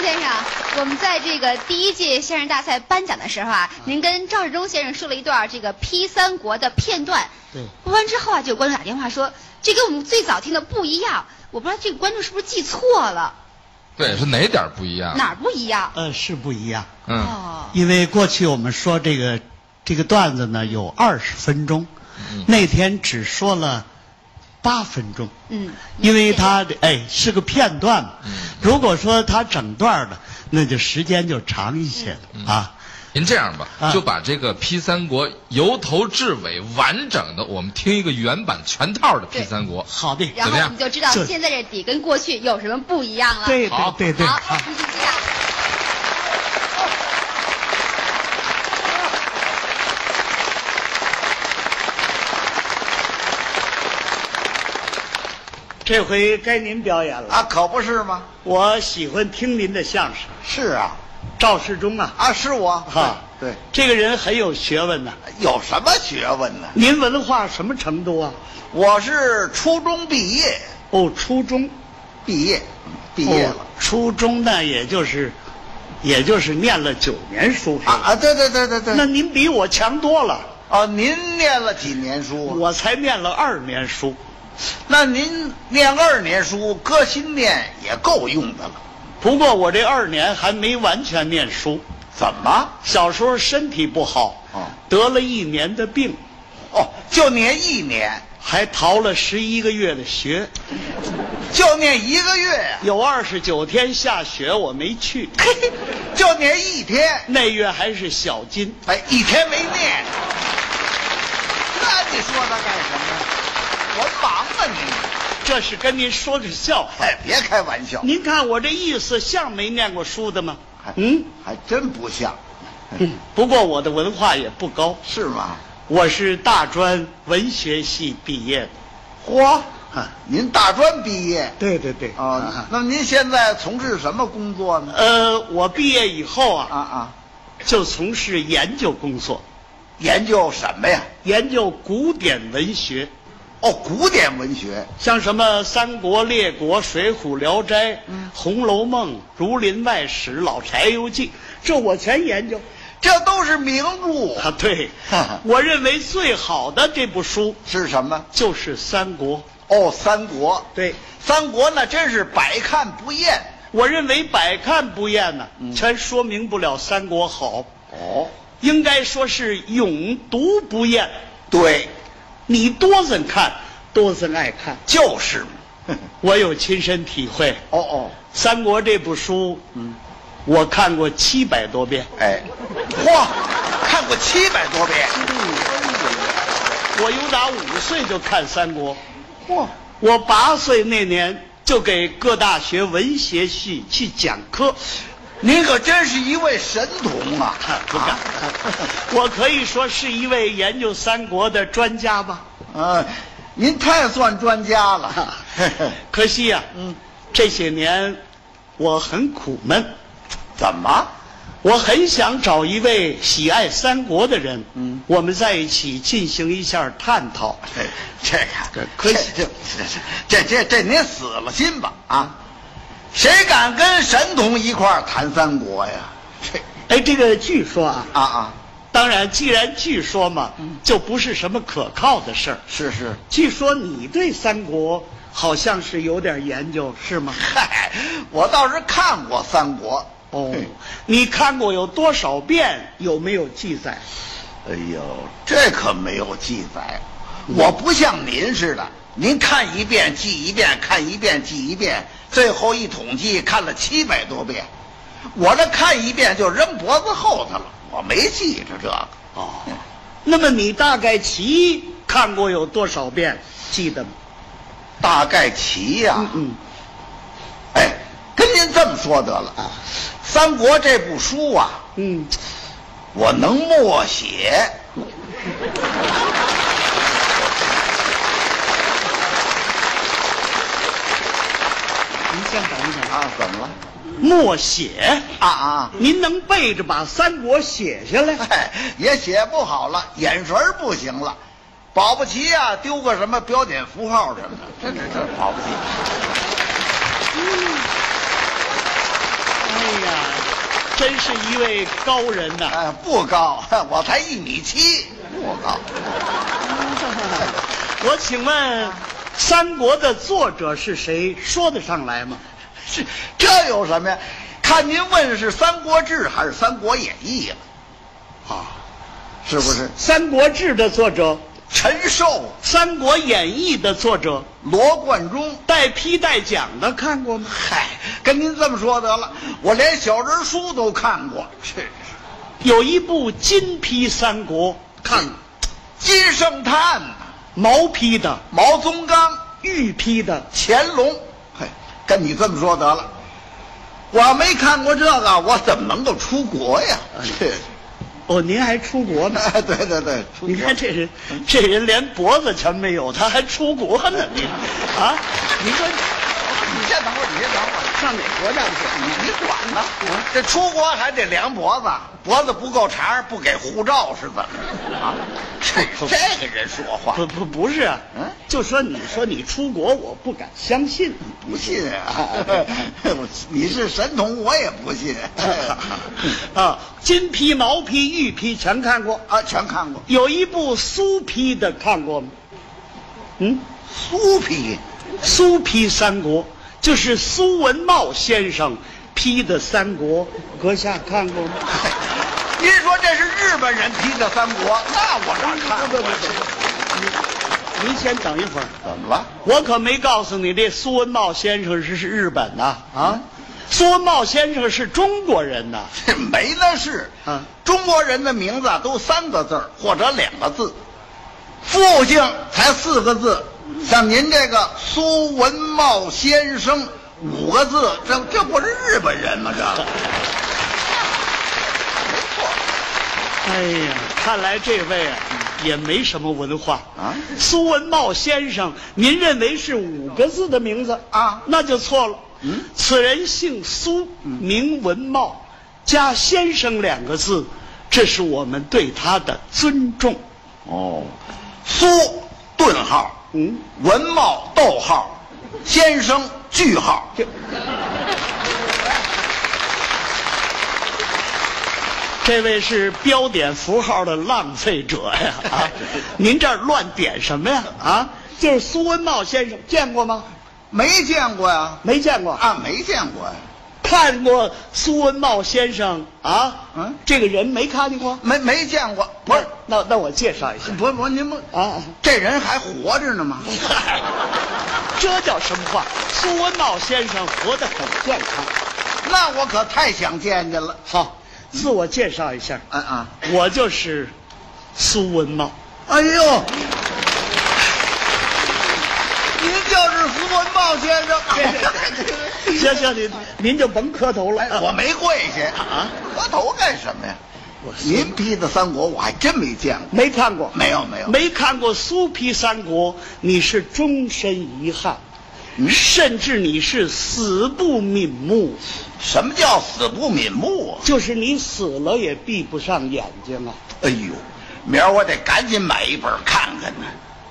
先生，我们在这个第一届相声大赛颁奖的时候啊，嗯您跟赵世忠先生说了一段这个《批三国》的片段。对播完之后啊，就有观众打电话说，这跟我们最早听的不一样。我不知道这个观众是不是记错了，对，是哪点儿不一啊样？哪儿不一样？呃，是不一样，嗯，哦，因为过去我们说这个这个段子呢有二十分钟，嗯那天只说了八分钟，嗯，因为它哎是个片段嘛嗯，如果说它整段儿的，那就时间就长一些了、啊。您这样吧，啊就把这个《批三国》由头至尾完整的，我们听一个原版全套的《批三国》。好的，然后我们就知道这现在这底跟过去有什么不一样了。对好对对对，好，啊你就这样。这回该您表演了。啊，可不是吗？我喜欢听您的相声，是啊，赵世忠啊，啊，是我哈，对，这个人很有学问呐、对有什么学问呢？您文化什么程度啊？我是初中毕业，哦，初中，毕业，毕业哦了、初中那也就是，也就是念了九年书是吧啊啊，对对对对那对，您比我强多了，哦，您念了几年书啊？我才念了二年书。那您念二年书，搁心念也够用的了。不过我这二年还没完全念书，怎么？小时候身体不好，哦得了一年的病，哦，就念一年，还逃了十一个月的学，就念一个月啊呀，有二十九天下雪我没去，嘿，就念一天，那月还是小金。哎，一天没念。那你说他干什么呀？我忙啊你。这是跟您说个笑话。哎，别开玩笑，您看我这意思像没念过书的吗还？嗯，还真不像，嗯不过我的文化也不高，是吗？我是大专文学系毕业的。嚯，啊，您大专毕业对对对啊？那您现在从事什么工作呢？呃，我毕业以后啊啊，啊，就从事研究工作，研究什么呀？研究古典文学，哦，古典文学。像什么《三国》《列国》《水浒》《聊斋》嗯红楼梦》《儒林外史》《老柴油记》，这我全研究。这都是名著啊，对，我认为最好的这部书是什么？就是《三国》。哦，三国。对，三国那真是百看不厌。我认为百看不厌呢、嗯全说明不了三国好，哦，应该说是永读不厌。对，你多怎看，多怎爱看。 就是嘛。我有亲身体会，《哦哦，三国》这部书，嗯，我看过七百多遍。哎，嚯，看过七百多遍。我由打五岁就看《三国》，嚯，我八岁那年就给各大学文学系去讲 课。您可真是一位神童啊！不敢，我可以说是一位研究三国的专家吧。 啊，您太算专家 了。 可惜呀、嗯，这些年我很苦闷，怎么？我很想找一位喜爱三国的人，嗯我们在一起进行一下探讨。这这个可以这这这这这您死了心吧啊！谁敢跟神童一块儿谈三国呀？这哎，这个据说啊，啊啊，当然，既然据说嘛，就不是什么可靠的事儿。是是。据说你对三国好像是有点研究，是吗？嗨，我倒是看过三国。哦，你看过有多少遍？有没有记载？哎呦，这可没有记载。我不像您似的，您看一遍记一遍，看一遍记一遍，最后一统计看了七百多遍。我这看一遍就扔脖子后头了，我没记着这个。哦，那么你大概其看过有多少遍？记得吗？大概齐呀、嗯嗯，哎，跟您这么说得了，《啊，三国》这部书啊，嗯，我能默写。您先等一等啊。啊，怎么了？默写，啊啊，您能背着把三国写下来？哎， 也写不好了，眼神儿不行了，保不齐啊，丢个什么标点符号什么的，这这这保不齐。哎呀，真是一位高人呐、 哎，不高， 我才一米七，不高。我请问，三国的作者是谁？说得上来吗？是这有什么呀？看您问是《三国志》还是《三国演义》呀？啊，是不是《三国志》的作者，《陈寿、三国演义》的作者，罗贯中？带批带奖的看过吗？嗨，跟您这么说得了，我连小人书都看过，是有一部金批三国，看过金圣叹呐、毛批的、毛宗岗、玉批的，乾隆。嘿，跟你这么说得了，我没看过这个，我怎么能够出国呀？哎是，哦，您还出国呢？哎对对对， 出国你看这人，这人连脖子全没有，他还出国呢？你啊，你说你先等会儿，你先等会儿，上哪国家去？你你管呢？啊这出国还得量脖子，脖子不够长不给护照是怎么着啊？ 这这个人说话不不不是啊，嗯就说你说你出国，我不敢相信。 不信啊？哎我 你是神童，我也 不信啊，金批、毛批、玉批全看过，啊！全看过有一部苏批的看过吗？嗯，苏皮，苏批三国就是苏文茂先生批的三国，阁下看过吗？ 您说这是日本人批的三国，那我哪看过呀？您先等一会儿，怎么了？ 我可没告诉你，这苏文茂先生是是日本的啊，苏文茂先生是中国人呐、这没那事。嗯中国人的名字啊都三个字儿或者两个字，复姓才四个字。像您这个苏文茂先生五个字，这这不是日本人吗？这个哎呀，看来这位啊也没什么文化啊苏文茂先生，您认为是五个字的名字啊那就错了。嗯此人姓苏，名文茂，加先生两个字，这是我们对他的尊重。哦，苏顿号，嗯，文茂逗号，先生句号。这位是标点符号的浪费者 呀！啊您这儿乱点什么呀？啊，就是苏文茂先生，见过吗？没见过呀，没见过啊，没见过呀，看过苏文茂先生啊？嗯这个人没看见过？没没见过，不是，那那那我介绍一下不是，不是，您不啊，这人还活着呢吗？ 这叫什么话？苏文茂先生活得很健康。那我可太想见见了。好，自我介绍一下，啊啊！我就是苏文 茂。哎呦，您就是苏文茂先生。行行，您您就甭磕头了。哎，我没跪下啊，磕头干什么呀？我是您批的三国我还真没见过，没看过，没有没有没看过苏皮三国，你是终身遗憾，嗯甚至你是死不瞑目，什么叫死不瞑目啊？就是你死了也闭不上眼睛啊。哎呦，明儿我得赶紧买一本看看呢。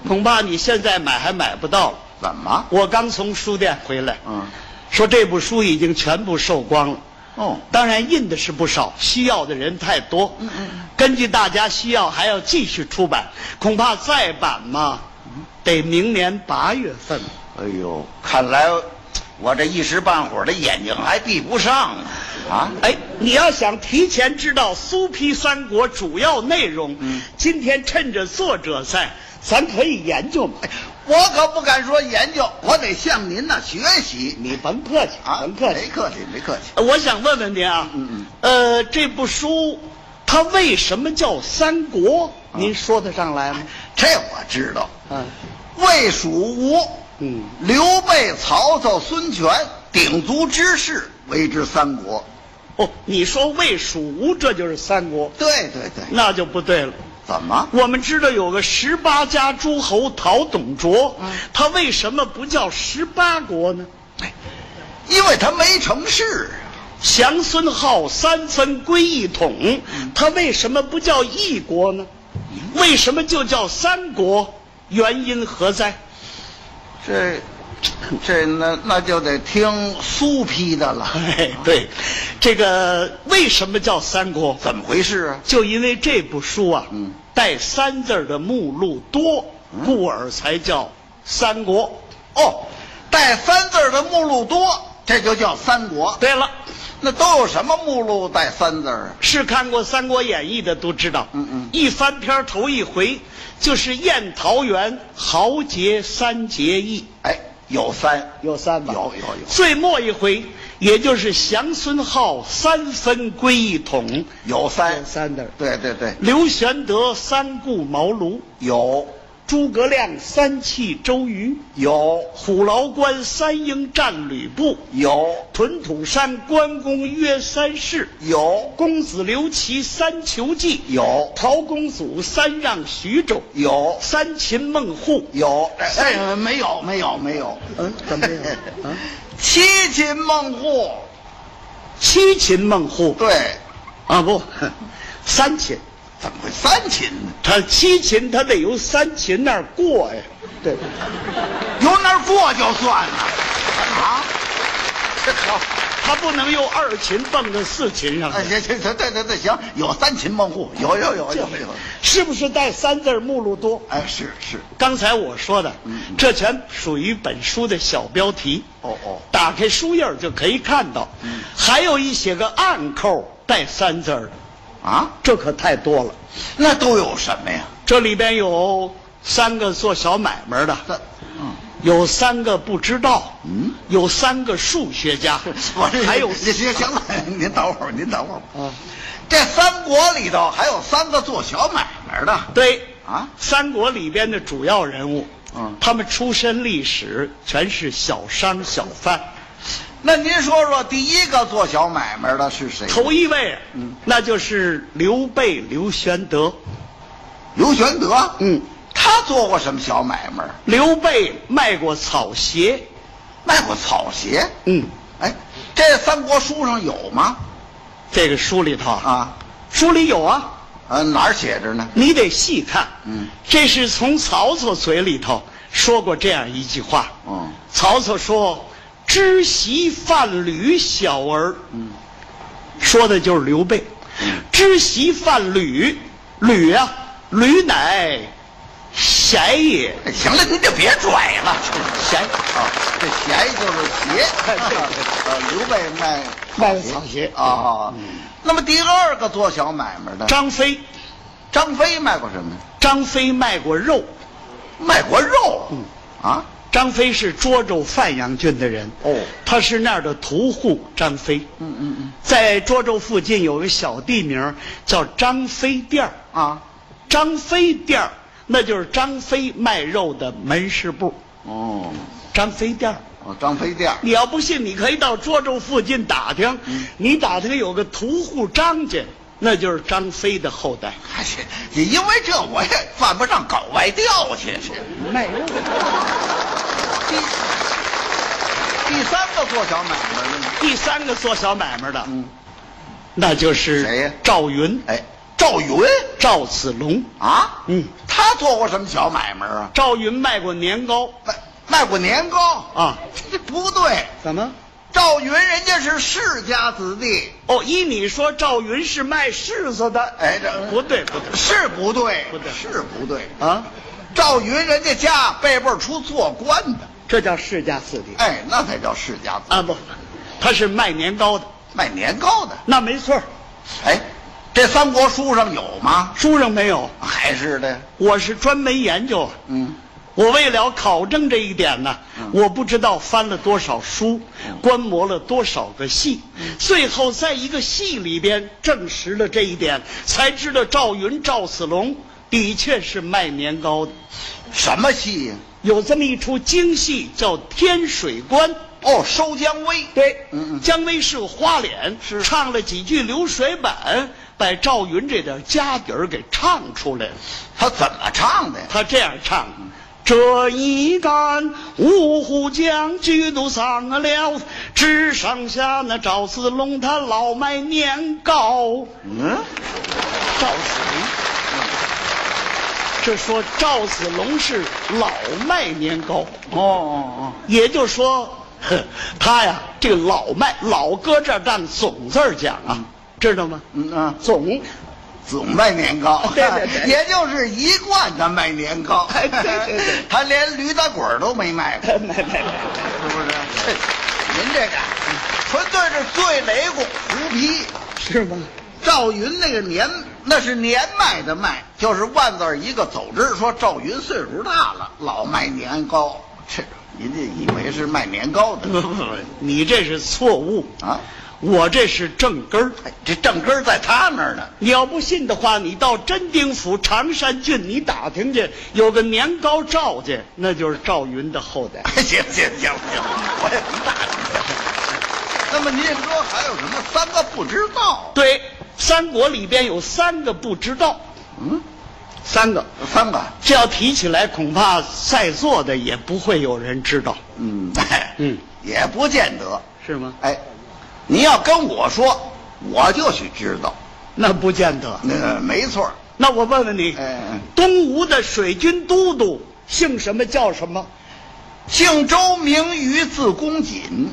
恐怕你现在买还买不到了。怎么？我刚从书店回来，嗯，说这部书已经全部售光了。哦，当然印的是不少，需要的人太多。嗯嗯根据大家需要，还要继续出版，恐怕再版嘛，嗯得明年八月份。哎呦，看来我这一时半会儿的眼睛还闭不上呢。啊，哎，你要想提前知道苏批三国主要内容，嗯今天趁着作者在，咱可以研究嘛。哎哎我可不敢说研究，我得向您呐学习。你甭客气，啊，甭客气没。客气，没客气。我想问问您啊，嗯嗯呃，这部书它为什么叫三国？啊您说得上来吗？这我知道，嗯魏、蜀、吴，嗯，刘备、曹操、孙权鼎足之势，为之三国。哦，你说魏蜀吴这就是三国，对对对，那就不对了。怎么？我们知道有个十八家诸侯讨董卓嗯，他为什么不叫十八国呢？因为他没成事啊。降孙浩三分归一统，嗯他为什么不叫一国呢？ 为什么就叫三国？原因何在？这这那那就得听苏批的了。哎，对，这个为什么叫三国？怎么回事啊？就因为这部书啊，嗯带三字儿的目录多，故而才叫三国。哦，带三字儿的目录多，这就叫三国。对了，那都有什么目录带三字儿啊？是看过《三国演义》的都知道，嗯嗯一翻篇儿头一回就是宴桃园，豪杰三结义，哎，有三，有三吧？有有有最末一回，也就是降孙浩三分归一统，有三，三字儿对对对，刘玄德三顾茅庐，有诸葛亮三气周瑜，有虎牢关三英战吕布，有屯土山关公约三世，有公子刘琦三求计，有陶公祖三让徐州，有三秦孟户，有，哎，没有没有没有，嗯怎么没有啊？七擒孟获，七秦孟户对，啊不， 三秦，怎么会三擒呢？他七秦他得由三秦那儿过呀，对，由那儿过就算了，啊，这好。他不能由二秦蹦到四秦上去 哎，。行行行，对对对，行，有三秦孟户，有有有有有，是不是带三字儿目录多？哎，是是，刚才我说的嗯嗯，这全属于本书的小标题。哦哦打开书页儿就可以看到嗯。还有一些个暗扣带三字儿的，啊，这可太多了。那都有什么呀？这里边有三个做小买卖的，这，嗯，有三个不知道，嗯有三个数学家， 我这还有行行行了，您等会儿，您等会儿，啊，这三国里头还有三个做小买卖的，对啊三国里边的主要人物，嗯他们出身历史全是小商小贩。那您说说第一个做小买卖的是谁？头一位，嗯那就是刘备刘玄德。刘玄德，嗯，他做过什么小买卖？刘备卖过草鞋，卖过草鞋，嗯，哎，这三国书上有吗？这个书里头，啊，书里有啊，呃，哪儿写着呢？你得细看。嗯这是从曹操嘴里头说过这样一句话。嗯曹操说：“知席贩履小儿。”嗯，说的就是刘备嗯。知席贩履，履啊，履乃鞋也。哎行了，您就别拽了。鞋啊，这鞋就是鞋。呃，刘备卖卖了草鞋啊。那么第二个做小买卖的张飞，张飞卖过什么？张飞卖过肉。卖过肉。嗯啊，张飞是涿州范阳郡的人，哦他是那儿的屠户张飞，嗯嗯嗯在涿州附近有个小地名叫张飞店儿，啊，张飞店儿那就是张飞卖肉的门市部，哦张飞店儿。哦，张飞店儿你要不信，你可以到涿州附近打听，嗯你打听有个屠户张家，那就是张飞的后代。哎是你因为这我也犯不上搞外调去。是卖肉第第三个做小买卖的呢？第三个做小买卖的，嗯，那就是谁呀赵云，哎，赵云赵子龙。啊，嗯，他做过什么小买卖啊？赵云卖过年糕卖卖过年糕，啊？这不对。怎么？赵云人家是世家子弟，哦，依你说赵云是卖柿子的？哎这不对不对是不对，不对是不对。啊，赵云人家家辈辈出做官的，这叫世家子弟哎，那才叫世家子弟啊不，他是卖年糕的，卖年糕的。那没错儿，哎，这三国书上有吗？书上没有，还是的，我是专门研究啊。嗯，我为了考证这一点呢，嗯我不知道翻了多少书嗯，观摩了多少个戏，最后在一个戏里边证实了这一点，才知道赵云、赵子龙的确是卖年糕的。什么戏呀？有这么一出京戏叫《天水关》，哦，收姜维。对，嗯嗯姜维是个花脸，是唱了几句流水板，把赵云这点家底儿给唱出来了。他怎么唱的呀？他这样唱：这一干五虎将军都上了，只剩下那赵子龙他老卖年糕。嗯，赵子龙，这说赵嗯子龙是老卖年糕，哦哦也就是说，呵嗯他呀，这个老卖老搁这儿当总字儿讲啊，知道吗？嗯啊总，，哦，总卖年糕对对对也就是一贯的卖年糕，哎 对对对他连驴打滚儿都没卖 过，没没没没，是不是？这您这个嗯纯粹是醉雷公胡皮。是吗？赵云那个年，那是年迈的迈，就是万字儿一个走之。说赵云岁数大了，老卖年糕，这人家以为是卖年糕 的不不不，你这是错误，啊！我这是正根儿。哎，这正根儿在他那儿呢。你要不信的话，你到真定府常山郡，你打听去，有个年糕赵家，那就是赵云的后代。 行行行行，我也不大 那么您说还有什么三个不知道？对，三国里边有三个不知道，嗯，三个，三个。这要提起来，恐怕在座的也不会有人知道，嗯，嗯，也不见得。是吗？哎，你要跟我说，我就去知道。那不见得。那没错儿。那我问问你，哎东吴的水军都督姓什么叫什么？姓周名瑜，字公瑾。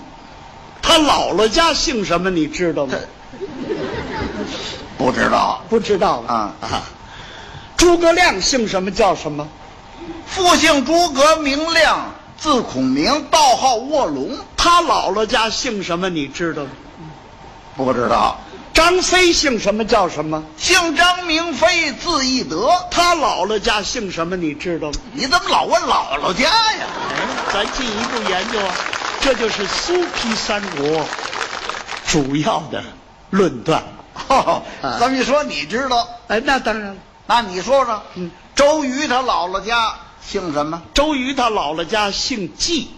他姥姥家姓什么？你知道吗？哦 不知道。不知道啊啊！诸葛亮姓什么叫什么？父姓诸葛，名亮，字孔明，道号卧龙。他姥姥家姓什么？你知道吗？不知道。张飞姓什么叫什么？姓张，名飞，字翼德。他姥姥家姓什么？你知道吗？你怎么老问姥姥家呀？咱进一步研究啊，这就是苏批三国主要的论断。哦 啊，这么一说你知道，哎，那当然了。那你说说，嗯周瑜他姥姥家姓什么？周瑜他姥姥家姓纪，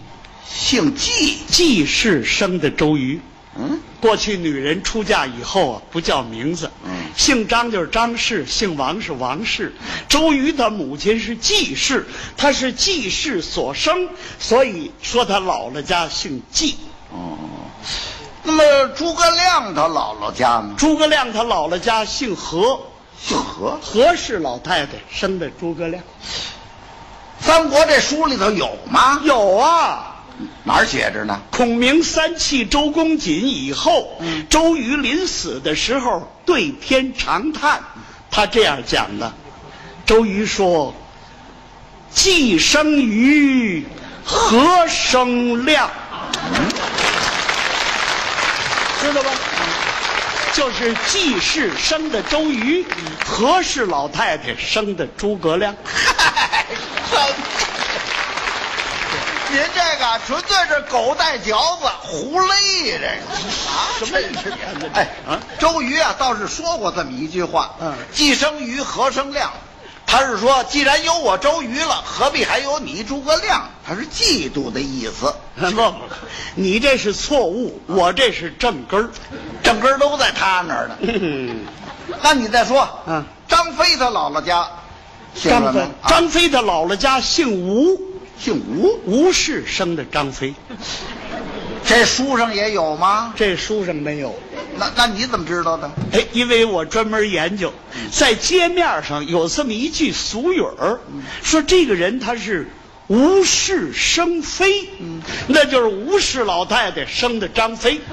姓纪。纪氏生的周瑜。嗯，过去女人出嫁以后啊，不叫名字，嗯姓张就是张氏，姓王是王氏。周瑜他母亲是季氏，她是季氏所生，所以说他姥姥家姓季。哦，那么诸葛亮他姥姥家呢？诸葛亮他姥姥家姓何，姓何。何氏老太太生的诸葛亮。三国这书里头有吗？有啊，哪儿写着呢？孔明三气周公瑾以后，嗯周瑜临死的时候对天长叹，他这样讲的：周瑜说：“既生瑜，何生亮？”知道吧？就是季氏生的周瑜，何氏老太太生的诸葛亮。 您这个纯粹是狗带嚼子胡勒呀，这个啊，什么真是意思哎啊周瑜啊倒是说过这么一句话，嗯既生瑜，何生亮？他是说，既然有我周瑜了，何必还有你诸葛亮？他是嫉妒的 意思，不不，你这是错误，我这是正根儿。 正根儿都在他那儿呢。那你再说，嗯张飞他姥姥家姓什张么飞啊，张飞他姥姥家姓吴，姓吴，吴氏生的张飞，这书上也有吗？这书上没有。那那你怎么知道的？哎，因为我专门研究，嗯在街面上有这么一句俗语儿，嗯说这个人他是无事生非，嗯那就是吴氏老太太生的张飞。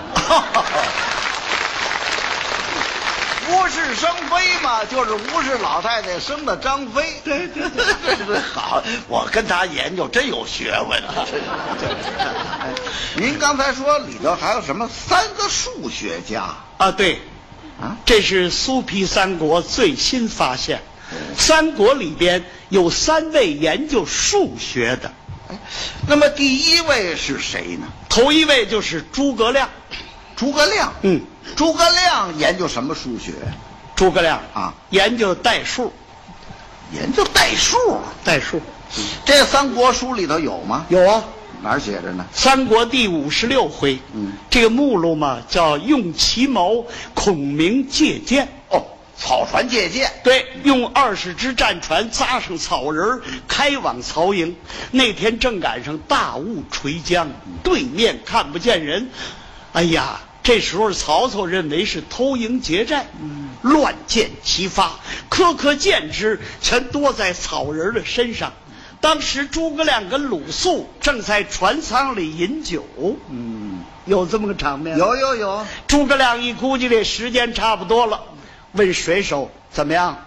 无事生非嘛，就是吴氏老太太生的张飞。对对 对，对好，我跟他研究真有学问。 哎您刚才说里头还有什么三个数学家啊，对，啊？这是苏皮三国最新发现，三国里边有三位研究数学的，哎那么第一位是谁呢？头一位就是诸葛亮。诸葛亮。嗯，诸葛亮研究什么数学？诸葛亮啊研究代数，研究代数。啊代数这三国书里头有吗？有啊，哪儿写着呢？ 《三国》第五十六回，嗯这个目录嘛叫“用奇谋，孔明借箭哦，草船借箭”。。对，用二十只战船扎上草人儿，开往曹营。那天正赶上大雾垂江，对面看不见人，哎呀，这时候曹操认为是偷营劫寨，乱箭齐发，颗颗箭支全多在草人的身上。当时诸葛亮跟鲁肃正在船舱里饮酒，嗯，有这么个场面吗。有有有，诸葛亮一估计这时间差不多了，问水手怎么样？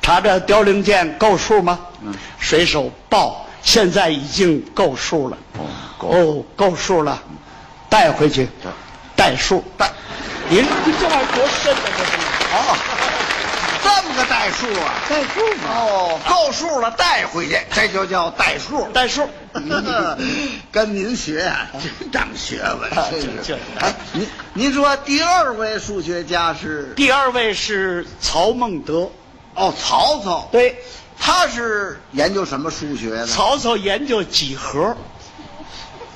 查这凋零箭够数吗？嗯水手报现在已经够数了。哦够哦，够数了，带回去对，带数带。您您这玩意儿多深呢？这是哦，这么个代数啊？带数哦，够数了，带回去，这就叫 代数。带数。嗯跟您学啊，真长学问，啊真这是这。哎，您您说第二位数学家是？第二位是曹孟德，哦，曹操。，对，他是研究什么数学呢？曹操研究几何，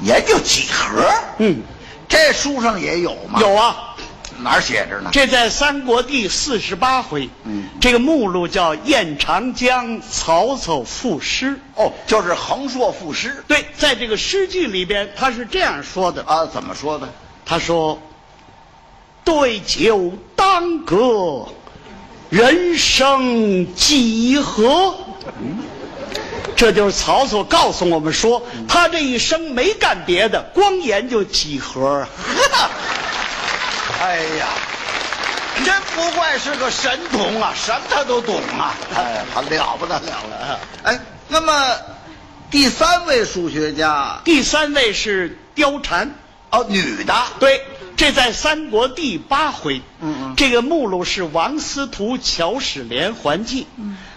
研究几何。嗯，这书上也有吗？有，啊，哪儿写着呢？这在《三国》第四十八回，啊嗯这个目录叫《宴长江曹操赋诗》。哦，就是横槊赋诗对，在这个诗句里边，他是这样说的啊？怎么说的？他说：“对酒当歌，人生几何？”这就是曹操告诉我们说，他这一生没干别的，光研究几何啊。 哎呀，真不怪是个神童啊，什么他都懂啊！哎，他 了不得了了。哎，那么第三位数学家第三位是貂蝉，哦，女的，对，这在三国第八回。嗯嗯这个目录是王司徒《乔史连环计》。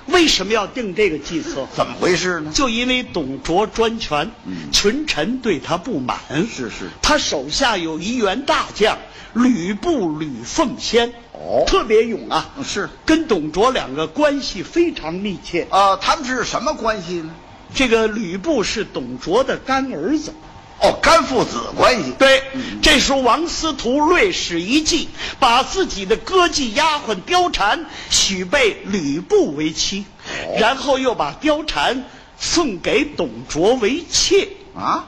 为什么要定这个计策？嗯怎么回事呢？就因为董卓专权，嗯群臣对他不满。是是他手下有一员大将吕布吕奉先，哦特别勇啊，是跟董卓两个关系非常密切。呃，他们是什么关系呢？这个吕布是董卓的干儿子。哦，干父子关系。对，嗯这时候王司徒略使一计，把自己的歌妓丫鬟貂蝉许配吕布为妻，哦然后又把貂蝉送给董卓为妾。啊，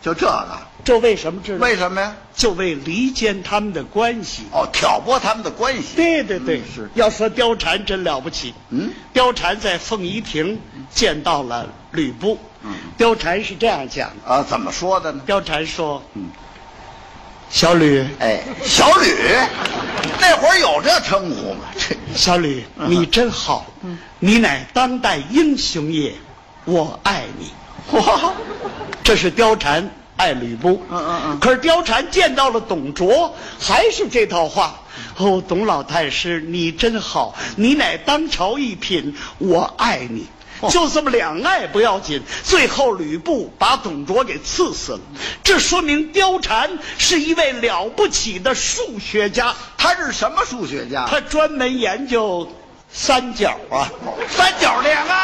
就这个，这为什么知道？为什么呀？就为离间他们的关系。哦，挑拨他们的关系。对对对，嗯是要说貂蝉真了不起。嗯，貂蝉在凤仪亭见到了吕布。嗯貂蝉是这样讲的。啊，怎么说的呢？貂蝉说嗯，：“小吕，哎，小吕，那会儿有这称呼吗？这小吕，嗯你真好，你乃当代英雄也，我爱你。”哇，这是貂蝉爱吕布。嗯嗯嗯可是貂蝉见到了董卓，还是这套话。哦，董老太师，你真好，你乃当朝一品，我爱你。哦就这么两爱不要紧，最后吕布把董卓给刺死了。这说明貂蝉是一位了不起的数学家。他是什么数学家？他专门研究三角啊。三角恋爱。啊